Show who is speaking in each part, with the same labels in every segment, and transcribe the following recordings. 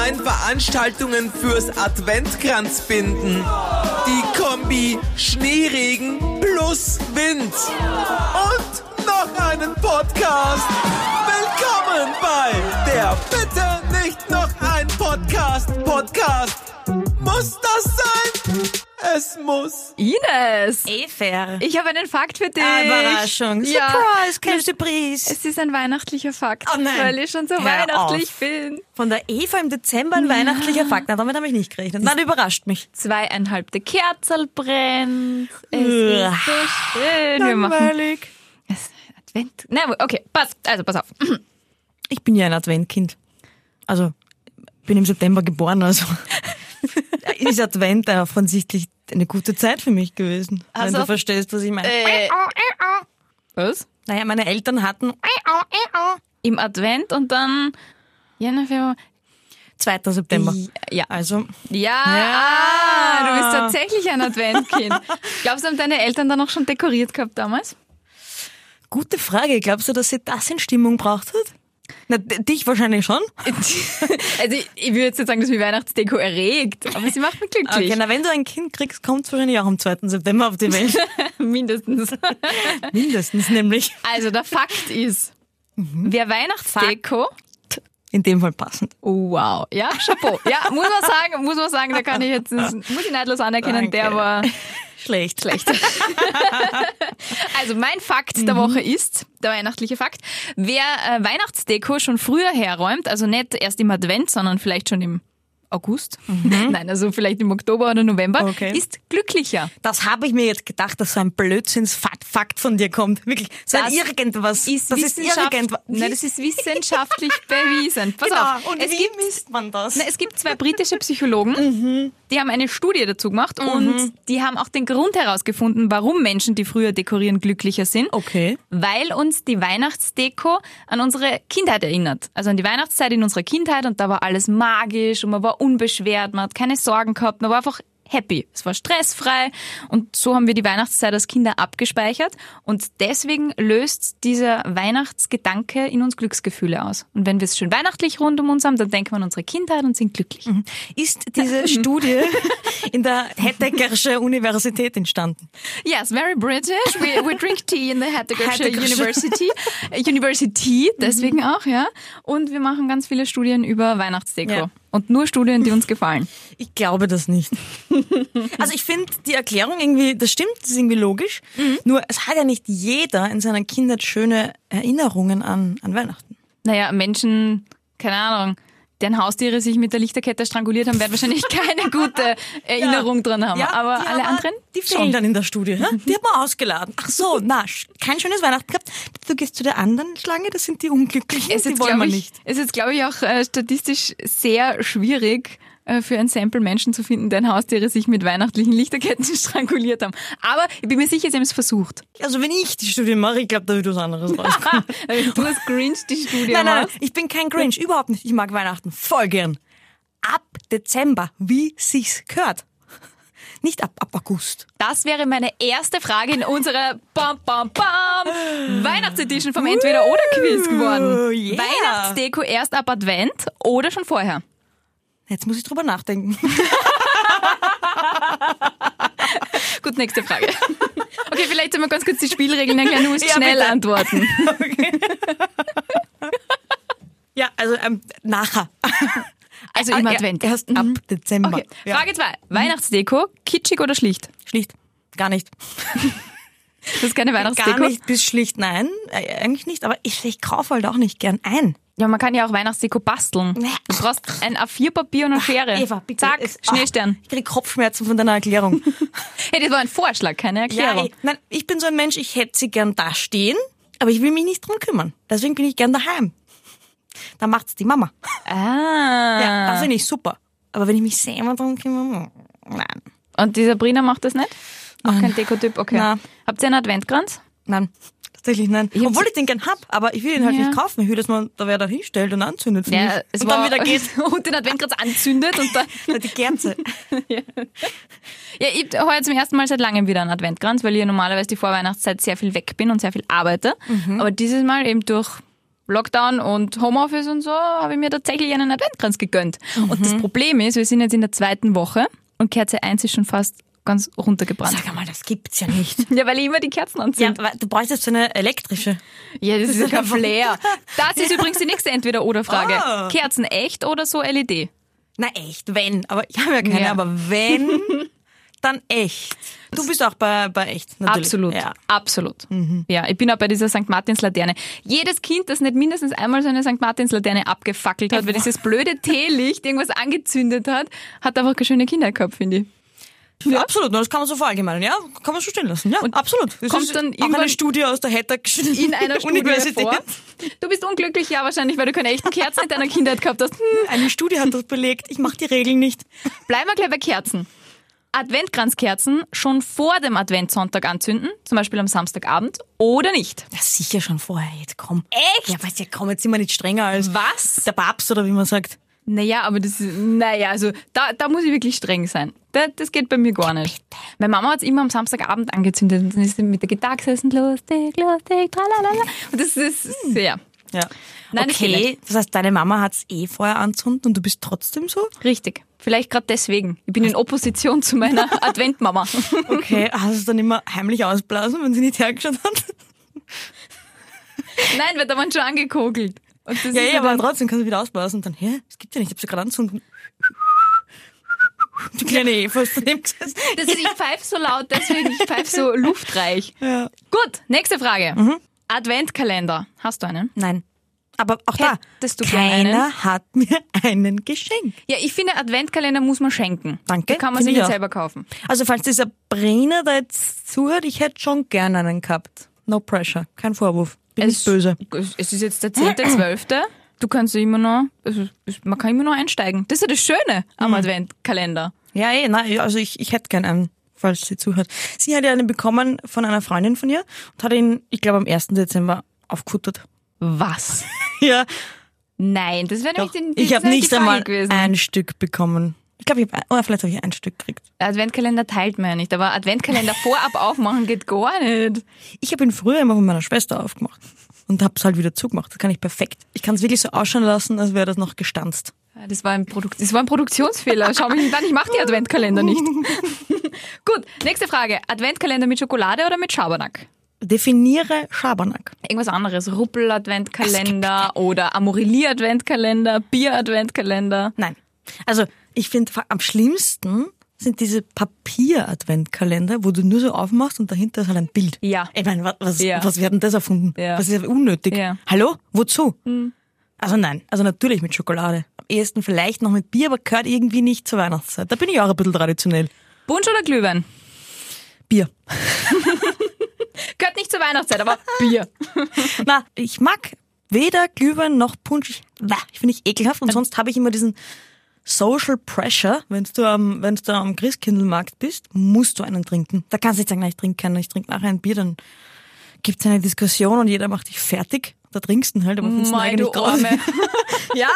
Speaker 1: Online-Veranstaltungen fürs Adventkranzbinden. Die Kombi Schneeregen plus Wind. Und noch einen Podcast. Willkommen bei der Bitte nicht noch ein Podcast. Podcast. Muss das sein? Es muss.
Speaker 2: Ines!
Speaker 3: Efer.
Speaker 2: Ich habe einen Fakt für dich.
Speaker 3: Ah, Überraschung.
Speaker 2: Ja.
Speaker 3: Surprise, keine Surprise.
Speaker 2: Es ist ein weihnachtlicher Fakt,
Speaker 3: Oh nein.
Speaker 2: weil ich schon so
Speaker 3: Hör
Speaker 2: weihnachtlich
Speaker 3: auf.
Speaker 2: bin.
Speaker 3: Von der Eva im Dezember ein weihnachtlicher Fakt. Na, damit habe ich nicht gerechnet. Na, das überrascht mich.
Speaker 2: Zweieinhalbte Kerzel brennt. Es
Speaker 3: Uah.
Speaker 2: ist so schön. Wir machen es Advent. Nein, okay, pass. Also pass auf.
Speaker 3: Ich bin ja ein Adventkind. Also, bin im September geboren, also ist Advent da offensichtlich eine gute Zeit für mich gewesen.
Speaker 2: Also- Äh.
Speaker 3: wenn du verstehst, was ich meine.
Speaker 2: Was?
Speaker 3: Naja, meine Eltern hatten
Speaker 2: Im Advent und dann Jänner, Februar.
Speaker 3: 2. September.
Speaker 2: Ja.
Speaker 3: Also,
Speaker 2: Ja,
Speaker 3: Ja.
Speaker 2: Ah, du bist tatsächlich ein Adventkind. Glaubst du, haben deine Eltern dann auch schon dekoriert gehabt damals?
Speaker 3: gute Frage. Glaubst du, dass sie das in Stimmung braucht hat? Na, d- dich wahrscheinlich schon.
Speaker 2: Also ich, ich würde jetzt nicht sagen, dass mich Weihnachtsdeko erregt, aber sie macht mich glücklich.
Speaker 3: Okay, na, wenn du ein Kind kriegst, kommt es wahrscheinlich auch am 2. September auf die Welt.
Speaker 2: Mindestens.
Speaker 3: Mindestens nämlich.
Speaker 2: Also der Fakt ist, wer Weihnachtsdeko...
Speaker 3: In dem Fall passend.
Speaker 2: Oh, wow. Ja, Chapeau. Ja, muss man sagen, muss man sagen, da kann ich jetzt, muss ich neidlos anerkennen, der
Speaker 3: Danke.
Speaker 2: war
Speaker 3: Schlecht.
Speaker 2: schlecht. also mein Fakt der Woche ist, der weihnachtliche Fakt, wer äh, Weihnachtsdeko schon früher herräumt, also nicht erst im Advent, sondern vielleicht schon im August, nein, also vielleicht im Oktober oder November,
Speaker 3: Okay.
Speaker 2: ist glücklicher.
Speaker 3: Das habe ich mir jetzt gedacht, dass so ein Blödsinns-Fakt von dir kommt. Wirklich, so
Speaker 2: Das
Speaker 3: ein irgendwas. das ist
Speaker 2: Wissenschaft-
Speaker 3: irgendwas.
Speaker 2: Nein, das ist wissenschaftlich bewiesen. Pass
Speaker 3: genau.
Speaker 2: auf,
Speaker 3: Und
Speaker 2: es
Speaker 3: wie
Speaker 2: gibt
Speaker 3: misst man das?
Speaker 2: Na, es gibt zwei britische Psychologen,
Speaker 3: Mhm.
Speaker 2: die haben eine Studie dazu gemacht und die haben auch den Grund herausgefunden, warum Menschen, die früher dekorieren, glücklicher sind.
Speaker 3: okay.
Speaker 2: Weil uns die Weihnachtsdeko an unsere Kindheit erinnert. Also an die Weihnachtszeit in unserer Kindheit und da war alles magisch und man war unbeschwert, man hat keine Sorgen gehabt, man war einfach happy. Es war stressfrei und so haben wir die Weihnachtszeit als Kinder abgespeichert und deswegen löst dieser Weihnachtsgedanke in uns Glücksgefühle aus. Und wenn wir es schön weihnachtlich rund um uns haben, dann denken wir an unsere Kindheit und sind glücklich.
Speaker 3: Ist diese Studie in der Hetteckersche Universität entstanden?
Speaker 2: Yes, very British. We, we drink tea in the Hattegasche
Speaker 3: Hattegasche.
Speaker 2: University. Äh, University,
Speaker 3: Mhm.
Speaker 2: deswegen auch, ja. Und wir machen ganz viele Studien über Weihnachtsdeko.
Speaker 3: Ja.
Speaker 2: Und nur Studien, die uns gefallen.
Speaker 3: Ich glaube das nicht. Also ich finde die Erklärung irgendwie, das stimmt, das ist irgendwie logisch.
Speaker 2: Mhm.
Speaker 3: Nur es hat ja nicht jeder in seiner Kindheit schöne Erinnerungen an, an Weihnachten.
Speaker 2: Naja, Menschen, keine Ahnung, deren Haustiere sich mit der Lichterkette stranguliert haben, werden wahrscheinlich keine gute Erinnerung dran haben.
Speaker 3: die
Speaker 2: Aber
Speaker 3: haben
Speaker 2: alle
Speaker 3: wir-
Speaker 2: anderen?
Speaker 3: Die fehlen dann in der Studie. Ne? Die hat man ausgeladen. Ach so, na, sch- kein schönes Weihnachten gehabt. Du gehst zu der anderen Schlange, das sind die Unglücklichen,
Speaker 2: Es
Speaker 3: die
Speaker 2: ist,
Speaker 3: wollen
Speaker 2: glaube
Speaker 3: wir
Speaker 2: ich,
Speaker 3: nicht.
Speaker 2: es ist, glaub ich, auch äh, statistisch sehr schwierig äh, für ein Sample Menschen zu finden, deren Haustiere sich mit weihnachtlichen Lichterketten stranguliert haben. Aber ich bin mir sicher, sie haben es versucht.
Speaker 3: Also wenn ich die Studie mache, ich glaube, da wird was anderes rauskommen.
Speaker 2: du hast Grinch die Studie
Speaker 3: nein, nein, nein,
Speaker 2: machst.
Speaker 3: ich bin kein Grinch, überhaupt nicht. Ich mag Weihnachten voll gern. Ab Dezember, wie sich's gehört. Nicht ab, ab August.
Speaker 2: Das wäre meine erste Frage in unserer Bam Bam Bam Weihnachtsedition vom Entweder oder Quiz geworden.
Speaker 3: yeah.
Speaker 2: Weihnachtsdeko erst ab Advent oder schon vorher?
Speaker 3: Jetzt muss ich drüber nachdenken.
Speaker 2: Gut, nächste Frage. Okay, vielleicht sollen wir ganz kurz die Spielregeln erklären. Du musst
Speaker 3: Ja,
Speaker 2: schnell
Speaker 3: bitte.
Speaker 2: antworten.
Speaker 3: Ja, also ähm, nachher.
Speaker 2: Also im
Speaker 3: Ah, ja,
Speaker 2: Advent.
Speaker 3: Erst ab Dezember.
Speaker 2: Okay.
Speaker 3: Ja.
Speaker 2: Frage 2. Weihnachtsdeko, kitschig oder schlicht?
Speaker 3: Schlicht. Gar nicht.
Speaker 2: Das ist keine Weihnachtsdeko.
Speaker 3: Gar nicht bis schlicht, nein. Äh, Eigentlich nicht, aber ich, ich kaufe halt auch nicht gern ein.
Speaker 2: Ja, man kann ja auch Weihnachtsdeko basteln.
Speaker 3: Nee.
Speaker 2: Du brauchst ein A4-Papier und eine Schere.
Speaker 3: Eva, bitte.
Speaker 2: Zack,
Speaker 3: Es- ah,
Speaker 2: Schneestern.
Speaker 3: Ich kriege Kopfschmerzen von deiner Erklärung.
Speaker 2: Hey, das war ein Vorschlag, keine Erklärung.
Speaker 3: ich, nein, ich bin so ein Mensch, ich hätte sie gern da stehen, aber ich will mich nicht drum kümmern. Deswegen bin ich gern daheim. Da macht's die Mama.
Speaker 2: Ah.
Speaker 3: Ja, also- das finde ich super. Aber wenn ich mich selber drum kümmere, nein.
Speaker 2: Und die Sabrina macht das nicht? Auch kein Dekotyp, okay.
Speaker 3: Na.
Speaker 2: Habt ihr einen Adventkranz?
Speaker 3: Nein. Tatsächlich nein.
Speaker 2: hab's-
Speaker 3: Obwohl ich den gern hab, aber ich will ihn halt
Speaker 2: Ja.
Speaker 3: nicht kaufen. Ich will, dass man da wer da hinstellt und anzündet für mich. und dann wieder geht.
Speaker 2: Und den Adventkranz anzündet und dann.
Speaker 3: Die Kerze.
Speaker 2: Ja, ich hab heuer zum ersten Mal seit langem wieder einen Mhm. Adventkranz, weil ich ja normalerweise die Vorweihnachtszeit sehr viel weg bin und sehr viel arbeite. Aber dieses Mal eben durch Lockdown und Homeoffice und so, habe ich mir tatsächlich einen Adventkranz gegönnt. Und das Problem ist, wir sind jetzt in der zweiten Woche und Kerze 1 ist schon fast ganz runtergebrannt.
Speaker 3: Sag mal, das gibt's ja nicht.
Speaker 2: Ja, weil ich immer die Kerzen
Speaker 3: Ja,
Speaker 2: anziehe.
Speaker 3: aber du bräuchtest so eine elektrische.
Speaker 2: Ja, das ist ja kein Flair. Das ist übrigens die nächste Entweder-Oder-Frage.
Speaker 3: Ah.
Speaker 2: Kerzen echt oder so E LED?
Speaker 3: Na echt, wenn. Aber ich habe ja keine,
Speaker 2: Ja.
Speaker 3: aber wenn, dann echt. Du bist auch bei, bei echt, natürlich.
Speaker 2: Absolut,
Speaker 3: Ja.
Speaker 2: absolut. Ja, ich bin auch bei dieser St. Martins-Laterne. Jedes Kind, das nicht mindestens einmal so eine St. Martins-Laterne abgefackelt hat, weil dieses blöde Teelicht irgendwas angezündet hat, hat einfach keine schöne Kindheit gehabt, finde ich.
Speaker 3: Absolut, na, das kann man so verallgemeinern. Ja, kann man so stehen lassen. Ja,
Speaker 2: Und
Speaker 3: absolut. Das
Speaker 2: kommt
Speaker 3: ist
Speaker 2: dann
Speaker 3: auch
Speaker 2: irgendwann-
Speaker 3: eine Studie aus der Hattagischen
Speaker 2: In einer Studie
Speaker 3: Universität.
Speaker 2: vor. Du bist unglücklich, ja, wahrscheinlich, weil du keine echten Kerzen in deiner Kindheit gehabt hast. Hm.
Speaker 3: Eine Studie hat das belegt. Ich mache die Regeln nicht.
Speaker 2: Bleiben wir gleich bei Kerzen. Adventkranzkerzen schon vor dem Adventssonntag anzünden, zum Beispiel am Samstagabend, oder nicht?
Speaker 3: Ja, sicher schon vorher. Jetzt komm. Echt? Ja, weißt du, komm, jetzt sind wir nicht strenger als
Speaker 2: Was?
Speaker 3: der Papst oder wie man sagt.
Speaker 2: Naja, aber das ist, naja, also da, da muss ich wirklich streng sein. Da, das geht bei mir gar nicht. Meine Mama hat es immer am Samstagabend angezündet und dann ist sie mit der Gitarre gesessen, lustig, lustig, tralalala. Und das ist sehr.
Speaker 3: Ja.
Speaker 2: Nein, das geht
Speaker 3: okay, das heißt, deine Mama hat's eh vorher anzünden und du bist trotzdem so?
Speaker 2: Richtig. Vielleicht gerade deswegen. Ich bin in Opposition zu meiner Adventmama.
Speaker 3: Okay, hast du es dann immer heimlich ausblasen, wenn sie nicht hergeschaut hat?
Speaker 2: Nein, weil da waren schon angekogelt. Und das
Speaker 3: Ja,
Speaker 2: ist
Speaker 3: ja, aber
Speaker 2: dann-
Speaker 3: trotzdem kannst du wieder ausblasen und dann, hä, das gibt's ja nicht, ich hab sie gerade anzünden. Die kleine Eva ist daneben gesessen.
Speaker 2: das ist, ich pfeife so laut, deswegen ich pfeife so luftreich. Mhm.
Speaker 3: Ja.
Speaker 2: Gut, nächste Frage. Adventkalender. Hast du einen?
Speaker 3: Nein. Aber auch
Speaker 2: Hättest
Speaker 3: da,
Speaker 2: du gern
Speaker 3: keiner hat mir einen geschenkt.
Speaker 2: Ja, ich finde, Adventkalender muss man schenken.
Speaker 3: Danke,
Speaker 2: Die kann man sich
Speaker 3: finde ich
Speaker 2: nicht
Speaker 3: auch.
Speaker 2: selber kaufen.
Speaker 3: Also falls die Sabrina da jetzt zuhört, ich hätte schon gern einen gehabt. No pressure, kein Vorwurf. Bin nicht böse.
Speaker 2: Es es ist jetzt der 10.12. Du kannst ja immer noch, also es- man kann immer noch einsteigen. Das ist ja das Schöne am Adventkalender.
Speaker 3: Ja, eh, nein, also ich, ich hätte gern einen, falls sie zuhört. Sie hat ja einen bekommen von einer Freundin von ihr und hat ihn, ich glaube, am 1. Dezember aufkuttert.
Speaker 2: Was?
Speaker 3: Ja,
Speaker 2: Nein, das wäre nämlich die, die,
Speaker 3: ich
Speaker 2: das
Speaker 3: habe
Speaker 2: wäre die
Speaker 3: nicht
Speaker 2: Frage
Speaker 3: einmal
Speaker 2: gewesen.
Speaker 3: ein Stück bekommen. Ich glaube, ich habe, oder vielleicht habe ich ein Stück gekriegt.
Speaker 2: Adventkalender teilt man ja nicht, aber Adventkalender vorab aufmachen geht gar nicht.
Speaker 3: Ich habe ihn früher immer von meiner Schwester aufgemacht und habe es halt wieder zugemacht. Das kann ich perfekt. Ich kann es wirklich so ausschauen lassen, als wäre das noch gestanzt.
Speaker 2: Ja, Das war ein, Produkt, das war ein Produktionsfehler. Schau mich nicht an, ich mache die Adventkalender nicht. Gut, nächste Frage. Adventkalender mit Schokolade oder mit Schabernack?
Speaker 3: Definiere Schabernack.
Speaker 2: irgendwas anderes. Ruppel-Adventkalender oder Amorelie-Adventkalender, Bier-Adventkalender.
Speaker 3: Nein. Also ich finde am schlimmsten sind diese Papier-Adventkalender, wo du nur so aufmachst und dahinter ist halt ein Bild.
Speaker 2: Ja.
Speaker 3: Ich meine, was, was,
Speaker 2: Ja.
Speaker 3: was wird denn das erfunden?
Speaker 2: Ja.
Speaker 3: Was ist ja unnötig?
Speaker 2: Ja. Hm.
Speaker 3: Hallo? Wozu? Also nein, also natürlich mit Schokolade. Am ehesten vielleicht noch mit Bier, aber gehört irgendwie nicht zur Weihnachtszeit. Da bin ich auch ein bisschen traditionell.
Speaker 2: Bunsch oder Glühwein?
Speaker 3: Bier.
Speaker 2: Gehört nicht zur Weihnachtszeit, aber Bier.
Speaker 3: Na, ich mag weder Glühwein noch Punsch. Ich, bah, ich finde ich ekelhaft und sonst habe ich immer diesen Social Pressure, wenn du am, wenn du am Christkindlmarkt bist, musst du einen trinken. Da kannst du nicht sagen, nein, ich trinke keinen, ich trinke nachher ein Bier, dann gibt's eine Diskussion und jeder macht dich fertig. Da trinkst du ihn halt, aber findest ihn
Speaker 2: Mei, du
Speaker 3: eigentlich grausig.
Speaker 2: Arme.
Speaker 3: Ja,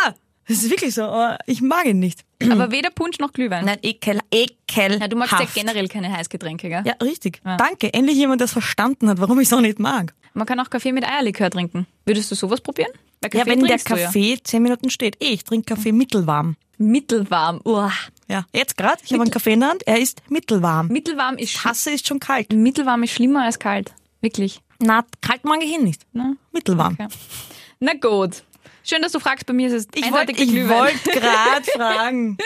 Speaker 3: das ist wirklich so, aber ich mag ihn nicht.
Speaker 2: Aber weder Punsch noch Glühwein.
Speaker 3: Nein, ekel, ekel.
Speaker 2: Ja, du magst ja generell keine Heißgetränke, gell?
Speaker 3: Ja, richtig. Danke. Endlich jemand, der es verstanden hat, warum ich es auch nicht mag.
Speaker 2: Man kann auch Kaffee mit Eierlikör trinken. Würdest du sowas probieren? Weil
Speaker 3: ja,
Speaker 2: Kaffee
Speaker 3: wenn der
Speaker 2: trinkst du ja.
Speaker 3: Kaffee zehn Minuten steht. Eh, ich trinke Kaffee mittelwarm.
Speaker 2: Mittelwarm. Uah.
Speaker 3: Ja, jetzt gerade. Ich habe einen Kaffee in der Hand. Er ist mittelwarm.
Speaker 2: Mittelwarm ist sch
Speaker 3: Tasse ist schon kalt.
Speaker 2: Mittelwarm ist schlimmer als kalt. Wirklich.
Speaker 3: Na, kalt mag ich ihn nicht.
Speaker 2: Na?
Speaker 3: Mittelwarm.
Speaker 2: Okay. Na gut. Schön, dass du fragst. Bei mir ist es
Speaker 3: Ich wollte
Speaker 2: eindeutig der Glühwein.
Speaker 3: wollt gerade fragen.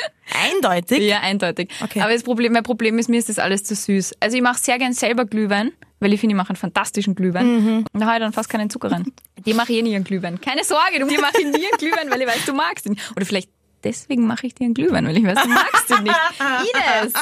Speaker 3: Eindeutig?
Speaker 2: Ja, eindeutig.
Speaker 3: Okay.
Speaker 2: Aber das Problem, mein Problem ist, mir ist das alles zu süß. Also ich mache sehr gern selber Glühwein, weil ich finde, ich mache einen fantastischen Glühwein.
Speaker 3: Mhm.
Speaker 2: Und da haue ich dann fast keinen Zucker rein. Dir mache ich eh nie einen Glühwein. Keine Sorge, du dir mache ich nie einen Glühwein, weil ich weiß, du magst ihn. Oder vielleicht deswegen mache ich dir einen Glühwein, weil ich weiß, du magst ihn nicht. Ines!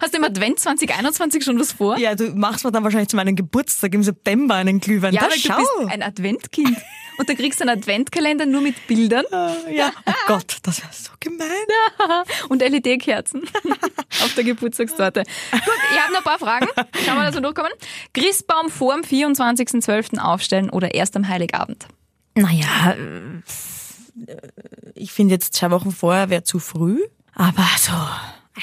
Speaker 2: Hast du im Advent 2021 schon was vor?
Speaker 3: Ja, du machst mir dann wahrscheinlich zu meinem Geburtstag im September einen Glühwein.
Speaker 2: Ja,
Speaker 3: da
Speaker 2: weil
Speaker 3: schau.
Speaker 2: du bist ein Adventkind. Und du kriegst einen Adventkalender nur mit Bildern
Speaker 3: ja. Oh Gott, das wäre so gemein.
Speaker 2: und LED-Kerzen auf der Geburtstagstorte. Gut, ich habe noch ein paar Fragen. Schauen wir, dass wir durchkommen. Christbaum vor dem 24.12. aufstellen oder erst am Heiligabend?
Speaker 3: Naja, äh, ich finde jetzt zwei Wochen vorher wäre zu früh. Aber so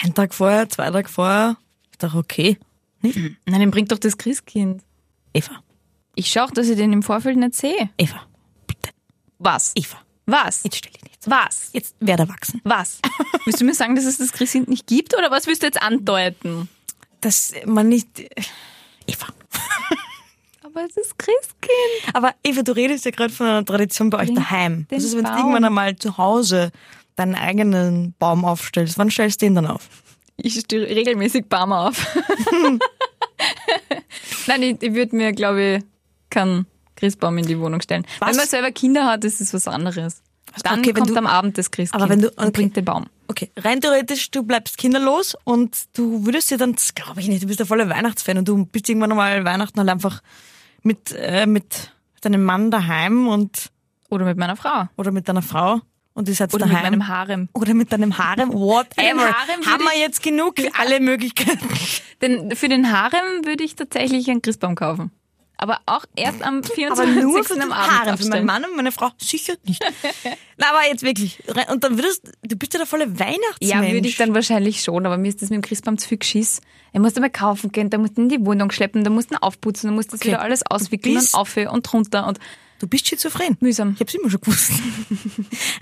Speaker 3: ein Tag vorher, zwei Tage vorher, ist doch okay.
Speaker 2: Nein, den bringt doch das Christkind.
Speaker 3: Eva.
Speaker 2: Ich schaue, dass ich den im Vorfeld nicht sehe.
Speaker 3: Eva, bitte.
Speaker 2: Was?
Speaker 3: Eva,
Speaker 2: Was?
Speaker 3: jetzt stell dich nicht. so.
Speaker 2: Was?
Speaker 3: Jetzt werde erwachsen.
Speaker 2: Was? Willst du mir sagen, dass es das Christkind nicht gibt oder was willst du jetzt andeuten?
Speaker 3: Dass man nicht. äh, Eva.
Speaker 2: Aber es ist Christkind.
Speaker 3: Aber Eva, du redest ja gerade von einer Tradition bei euch
Speaker 2: Den-
Speaker 3: daheim.
Speaker 2: den
Speaker 3: Das ist, wenn du
Speaker 2: Baum.
Speaker 3: irgendwann einmal zu Hause deinen eigenen Baum aufstellst. Wann stellst du den dann auf?
Speaker 2: Ich stehe regelmäßig Barmer auf. Nein, ich, ich würde mir, glaube ich, keinen Christbaum in die Wohnung stellen.
Speaker 3: Was?
Speaker 2: Wenn man selber Kinder hat, ist es was anderes. Dann
Speaker 3: Okay, wenn
Speaker 2: kommt
Speaker 3: du-
Speaker 2: am Abend das Christkind
Speaker 3: Aber wenn du- okay.
Speaker 2: und bringt den Baum.
Speaker 3: Okay, rein theoretisch, du bleibst kinderlos und du würdest dir dann, das glaube ich nicht, du bist der volle Weihnachtsfan und du bist irgendwann einmal Weihnachten halt einfach mit, äh, mit deinem Mann daheim und
Speaker 2: Oder mit meiner Frau.
Speaker 3: oder mit deiner Frau und ihr seid
Speaker 2: Oder mit
Speaker 3: daheim.
Speaker 2: meinem Harem.
Speaker 3: oder mit deinem Harem,
Speaker 2: dem
Speaker 3: whatever.
Speaker 2: Harem würd
Speaker 3: Haben wir jetzt genug alle Möglichkeiten.
Speaker 2: Denn für den Harem würde ich tatsächlich einen Christbaum kaufen. Aber auch erst am 24. am Abend
Speaker 3: Für meinen
Speaker 2: aufstellen.
Speaker 3: Mann und meine Frau sicher nicht. Na, aber jetzt wirklich. rein- Und dann würdest du bist ja der volle Weihnachtsmensch.
Speaker 2: Ja, würde ich dann wahrscheinlich schon, aber mir ist das mit dem Christbaum zu viel geschiss. Er musste mal kaufen gehen, da musste in die Wohnung schleppen, da musste aufputzen, da musste das
Speaker 3: Okay.
Speaker 2: wieder alles auswickeln und
Speaker 3: Bist-
Speaker 2: auf und runter und
Speaker 3: Du bist schizophren.
Speaker 2: mühsam.
Speaker 3: Ich hab's immer schon gewusst.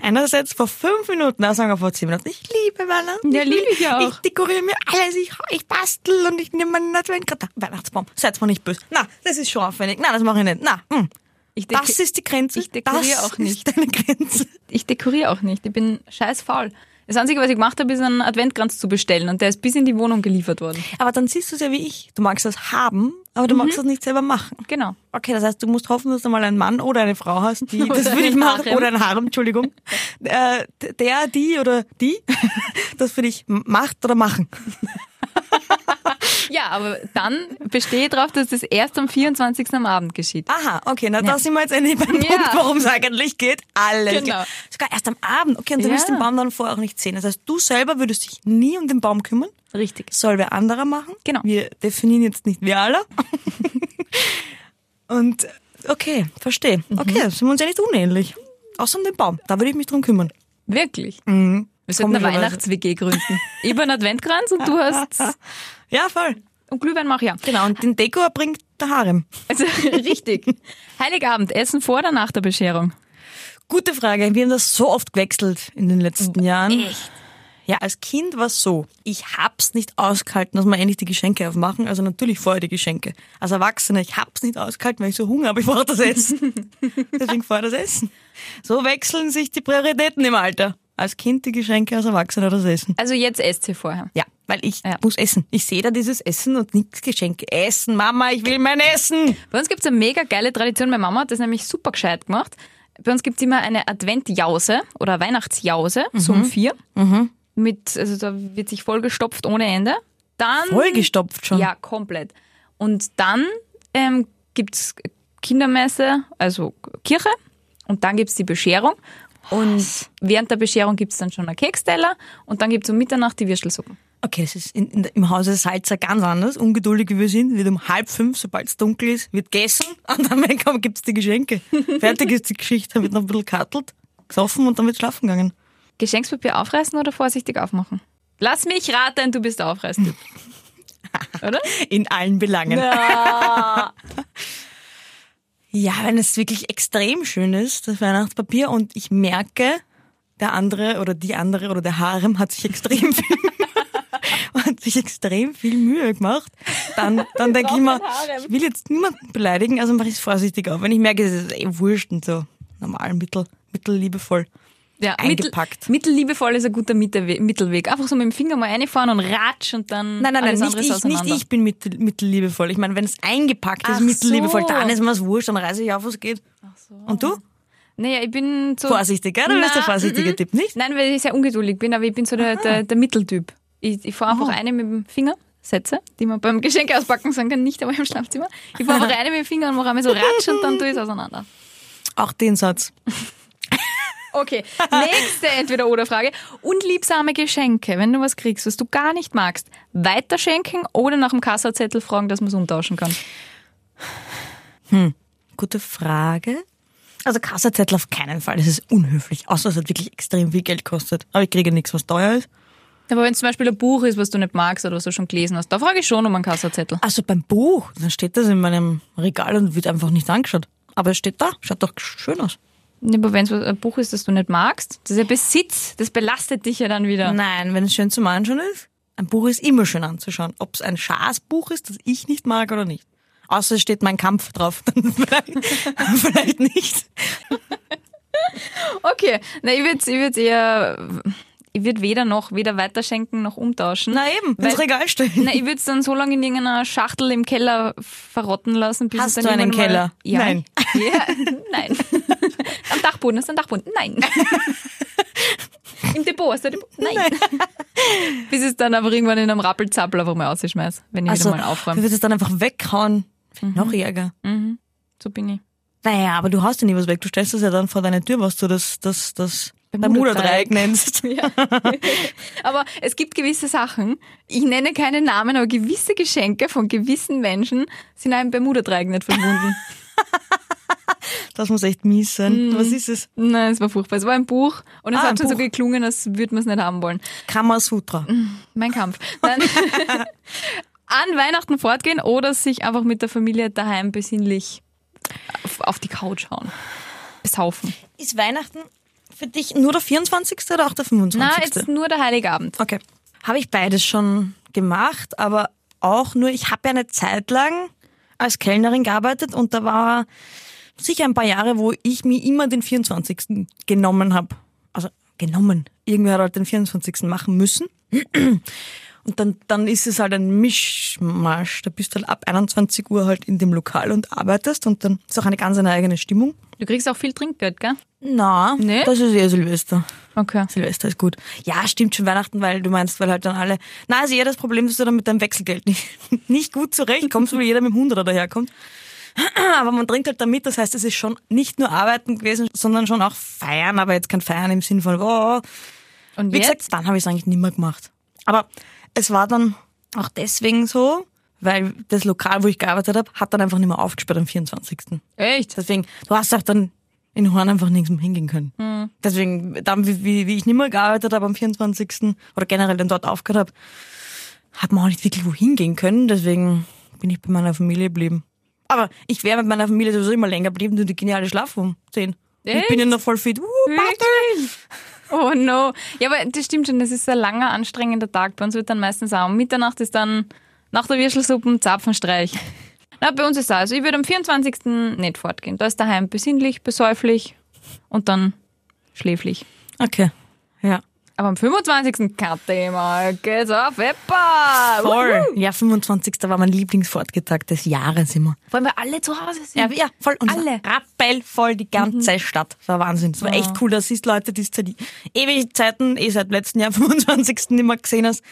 Speaker 3: Einerseits vor fünf Minuten, also sogar vor zehn Minuten. Ich liebe Weihnachten.
Speaker 2: Ja, liebe ich auch.
Speaker 3: Ich dekoriere mir alles. Ich, ich bastel und ich nehme meinen Adventkalender. Weihnachtsbaum. Seid mal nicht böse. Na, das ist schon aufwendig. Na, das mache ich nicht. Na, hm.
Speaker 2: Ich, deko
Speaker 3: das ist die Grenze.
Speaker 2: ich dekoriere
Speaker 3: das
Speaker 2: auch nicht.
Speaker 3: Ist deine Grenze.
Speaker 2: ich dekoriere auch nicht, ich bin scheiß faul. Das Einzige, was ich gemacht habe, ist einen Adventkranz zu bestellen und der ist bis in die Wohnung geliefert worden.
Speaker 3: Aber dann siehst du es ja wie ich. Du magst das haben, aber
Speaker 2: Mhm.
Speaker 3: du magst das nicht selber machen.
Speaker 2: Genau.
Speaker 3: Okay, das heißt, du musst hoffen, dass du mal einen Mann oder eine Frau hast, die, das
Speaker 2: Oder
Speaker 3: würde ich
Speaker 2: ein
Speaker 3: machen,
Speaker 2: Harem.
Speaker 3: oder ein Harem, Entschuldigung, äh, der, die oder die, das für dich macht oder machen.
Speaker 2: Ja, aber dann bestehe ich darauf, dass das erst am 24. am Abend geschieht.
Speaker 3: Aha, okay, na da sind wir jetzt endlich beim Punkt, worum es eigentlich geht. Alles.
Speaker 2: Genau.
Speaker 3: Sogar erst am Abend. Okay, und du
Speaker 2: Ja.
Speaker 3: willst den Baum dann vorher auch nicht sehen. Das heißt, du selber würdest dich nie um den Baum kümmern.
Speaker 2: Richtig.
Speaker 3: Soll wer anderer machen?
Speaker 2: Genau.
Speaker 3: Wir definieren jetzt nicht wir alle. und äh, okay, verstehe.
Speaker 2: Mhm.
Speaker 3: Okay, sind wir uns ja nicht unähnlich. Außer um den Baum. Da würde ich mich drum kümmern.
Speaker 2: Wirklich. Wir sollten eine
Speaker 3: Mhm. Komischerweise.
Speaker 2: Weihnachts-WG gründen. ich habe einen Adventkranz und du hast...
Speaker 3: Ja, voll.
Speaker 2: Und Glühwein mache ich ja.
Speaker 3: Genau, und den Deko bringt der Harem.
Speaker 2: Also richtig. Heiligabend, Essen vor oder nach der Bescherung?
Speaker 3: Gute Frage. Wir haben das so oft gewechselt in den
Speaker 2: Oh.
Speaker 3: letzten Jahren.
Speaker 2: Echt?
Speaker 3: Ja, als Kind war es so. Ich hab's nicht ausgehalten, dass wir endlich die Geschenke aufmachen. Also natürlich vorher die Geschenke. Als Erwachsener, ich hab's nicht ausgehalten, weil ich so Hunger habe, ich brauche das Essen. Deswegen vorher das Essen. So wechseln sich die Prioritäten im Alter. Als Kind die Geschenke, als Erwachsener das Essen.
Speaker 2: Also jetzt esst sie vorher.
Speaker 3: Ja, weil ich
Speaker 2: Ja.
Speaker 3: muss essen. Ich sehe da dieses Essen und nichts Geschenke. Essen, Mama, ich will mein Essen.
Speaker 2: Bei uns gibt's eine mega geile Tradition. Meine Mama hat das nämlich super gescheit gemacht. Bei uns gibt's immer eine Adventjause oder Weihnachtsjause, so um vier. Mit, also da wird sich vollgestopft ohne Ende. Dann
Speaker 3: Vollgestopft schon.
Speaker 2: Ja, komplett. Und dann ähm, gibt es Kindermesse, also Kirche, und dann gibt es die Bescherung. Und während der Bescherung gibt es dann schon einen Keksteller und dann gibt es um Mitternacht die Würstelsuppen.
Speaker 3: Okay, das ist in, in, im Hause Salzer ganz anders. Ungeduldig wie wir sind, wird um halb fünf, sobald es dunkel ist, wird gegessen und dann wegkommen, gibt's die Geschenke. Fertig ist die Geschichte, dann wird noch ein bisschen kattelt, gesoffen und dann wird schlafen gegangen.
Speaker 2: Geschenkspapier aufreißen oder vorsichtig aufmachen? Lass mich raten, du bist der Aufreißtyp. Oder?
Speaker 3: In allen Belangen. Ja, wenn es wirklich extrem schön ist, das Weihnachtspapier, und ich merke, der andere oder die andere oder der Harem hat sich extrem viel, hat sich extrem viel Mühe gemacht, dann, dann denke ich
Speaker 2: brauchen
Speaker 3: mir,
Speaker 2: den Harem.
Speaker 3: ich will jetzt niemanden beleidigen, also mache ich es vorsichtig auf. Wenn ich merke, es ist eh wurscht und so normal, mittel, mittelliebevoll.
Speaker 2: Ja,
Speaker 3: Eingepackt.
Speaker 2: Mittel, mittelliebevoll ist ein guter Mittelwe- Mittelweg. Einfach so mit dem Finger mal reinfahren und ratsch und dann
Speaker 3: Nein, nein, nein,
Speaker 2: alles
Speaker 3: nicht
Speaker 2: andere
Speaker 3: ich, nicht
Speaker 2: auseinander.
Speaker 3: ich bin mittel, mittelliebevoll. Ich meine, wenn es eingepackt
Speaker 2: Ach
Speaker 3: ist, mittelliebevoll,
Speaker 2: so.
Speaker 3: dann ist mir es wurscht, dann reiße ich auf, was geht. Und du?
Speaker 2: Naja, ich bin so...
Speaker 3: Vorsichtig, gell? Du bist der
Speaker 2: Na,
Speaker 3: vorsichtige Tipp, nicht?
Speaker 2: Nein, weil ich sehr ungeduldig bin, aber ich bin so der,
Speaker 3: Ah.
Speaker 2: der, der Mitteltyp. Ich, ich
Speaker 3: Oh.
Speaker 2: fahre einfach eine mit dem Finger, Sätze, die man beim Geschenk auspacken sagen kann, nicht aber im Schlafzimmer. Ich fahre einfach eine mit dem Finger und mache einmal so ratsch und dann tue ich es auseinander.
Speaker 3: Auch den Satz.
Speaker 2: Okay, nächste Entweder-Oder-Frage. Unliebsame Geschenke, wenn du was kriegst, was du gar nicht magst, weiterschenken oder nach dem Kassazettel fragen, dass man es umtauschen kann.
Speaker 3: Gute Frage. Also Kassazettel auf keinen Fall. Das ist unhöflich. Außer es hat wirklich extrem viel Geld kostet. Aber ich kriege nichts, was teuer ist.
Speaker 2: Aber wenn es zum Beispiel ein Buch ist, was du nicht magst oder was du schon gelesen hast, da frage ich schon um einen Kassazettel.
Speaker 3: Also beim Buch, dann steht das in meinem Regal und wird einfach nicht angeschaut. Aber es steht da, schaut doch schön aus.
Speaker 2: Ja, Aber wenn es ein Buch ist, das du nicht magst, das ist ja Besitz, das belastet dich ja dann wieder.
Speaker 3: Nein, wenn es schön zum Anschauen ist, ein Buch ist immer schön anzuschauen. Ob es ein Schaßbuch ist, das ich nicht mag oder nicht. Außer es steht mein Kampf drauf, dann vielleicht, vielleicht nicht.
Speaker 2: Okay, na, ich würde ich würd eher, ich würde weder noch, weder weiterschenken noch umtauschen.
Speaker 3: Na eben, ins
Speaker 2: Weil-
Speaker 3: Regal stellen.
Speaker 2: Na, ich würde es dann so lange in irgendeiner Schachtel im Keller verrotten lassen, bis
Speaker 3: Hast
Speaker 2: es
Speaker 3: du
Speaker 2: dann
Speaker 3: einen
Speaker 2: irgendwann
Speaker 3: Keller?
Speaker 2: Mal, ja.
Speaker 3: Nein.
Speaker 2: Ja, nein. Am Dachboden ist ein Dachboden. Nein. Im Depot hast du ein Depot. Nein. bis es dann aber irgendwann in einem Rappelzappel einfach mal rausschmeiß, wenn ich wieder mal
Speaker 3: Du
Speaker 2: aufräume.
Speaker 3: wirst es also, dann einfach weghauen. Noch ärger.
Speaker 2: So bin ich.
Speaker 3: Naja, aber du haust ja nie was weg. Du stellst es ja dann vor deine Tür, was du das, das, das
Speaker 2: Bermuda-Dreieck.
Speaker 3: Bermuda-Dreieck nennst.
Speaker 2: Aber es gibt gewisse Sachen, ich nenne keine Namen, aber gewisse Geschenke von gewissen Menschen sind einem Bermuda-Dreieck nicht verschwunden.
Speaker 3: Das muss echt mies sein. Was ist es?
Speaker 2: Nein, es war furchtbar. Es war ein Buch und es
Speaker 3: Ah, ein
Speaker 2: hat schon so
Speaker 3: Buch.
Speaker 2: geklungen, als würde man es nicht haben wollen.
Speaker 3: Kamasutra.
Speaker 2: Mein Kampf. Nein. An Weihnachten fortgehen oder sich einfach mit der Familie daheim besinnlich auf, auf die Couch hauen. Besaufen.
Speaker 3: Ist Weihnachten für dich nur der 24. oder auch der 25.?
Speaker 2: Na, jetzt nur der Heiligabend.
Speaker 3: Okay. Habe ich beides schon gemacht, aber auch nur, ich habe ja eine Zeit lang als Kellnerin gearbeitet und da war sicher ein paar Jahre, wo ich mir immer den 24. genommen habe. Also genommen. Irgendwer hat halt den 24. machen müssen. Und dann, dann ist es halt ein Mischmasch. Da bist du halt ab 21 Uhr halt in dem Lokal und arbeitest und dann ist auch eine ganz eine eigene Stimmung.
Speaker 2: Du kriegst auch viel Trinkgeld, gell?
Speaker 3: Na,
Speaker 2: Nee?
Speaker 3: das ist eher Silvester.
Speaker 2: Okay.
Speaker 3: Silvester ist gut. Ja, stimmt schon Weihnachten, weil du meinst, weil halt dann alle. Na, also eher das Problem, dass du dann mit deinem Wechselgeld nicht, nicht gut zurechtkommst, weil jeder mit dem 100er daherkommt. Aber man trinkt halt damit, das heißt, es ist schon nicht nur Arbeiten gewesen, sondern schon auch Feiern, aber jetzt kein Feiern im Sinn von, wow.
Speaker 2: Und
Speaker 3: Wie
Speaker 2: jetzt?
Speaker 3: gesagt, dann habe ich es eigentlich nicht mehr gemacht. Aber es war dann auch deswegen so, weil das Lokal, wo ich gearbeitet habe, hat dann einfach nicht mehr aufgesperrt am 24.
Speaker 2: Echt?
Speaker 3: Deswegen, du hast auch dann in Horn einfach nirgends mehr hingehen können. Deswegen, dann, wie, wie, wie ich nicht mehr gearbeitet habe am 24. oder generell dann dort aufgehört habe, hat man auch nicht wirklich wohin gehen können. Deswegen bin ich bei meiner Familie geblieben. Aber ich wäre mit meiner Familie sowieso immer länger geblieben, denn die gehen ja alle schlafen um 10. Ich bin ja noch voll fit. Uh, Party.
Speaker 2: Wirklich? Oh no. Ja, aber das stimmt schon, das ist ein langer, anstrengender Tag. Bei uns wird dann meistens auch um Mitternacht ist dann nach der Würstelsuppe ein Zapfenstreich. Na, bei uns ist es auch. Also ich würde am 24. nicht fortgehen. Da ist daheim besinnlich, besäuflich und dann schläflich.
Speaker 3: okay. Ja.
Speaker 2: Aber am 25. kein Thema. Geht's auf Eppa.
Speaker 3: Voll. Ja, 25. war mein Lieblingsfortgetag des Jahres immer.
Speaker 2: Wollen wir alle zu Hause sind?
Speaker 3: Ja, ja voll. Und
Speaker 2: Mhm. Alle. Mhm.
Speaker 3: Rappellvoll die ganze Stadt. Das war Wahnsinn. Das war echt cool. Das ist Leute, die es seit ewigen Zeiten, eh seit letzten Jahr, 25. nicht mehr gesehen hast.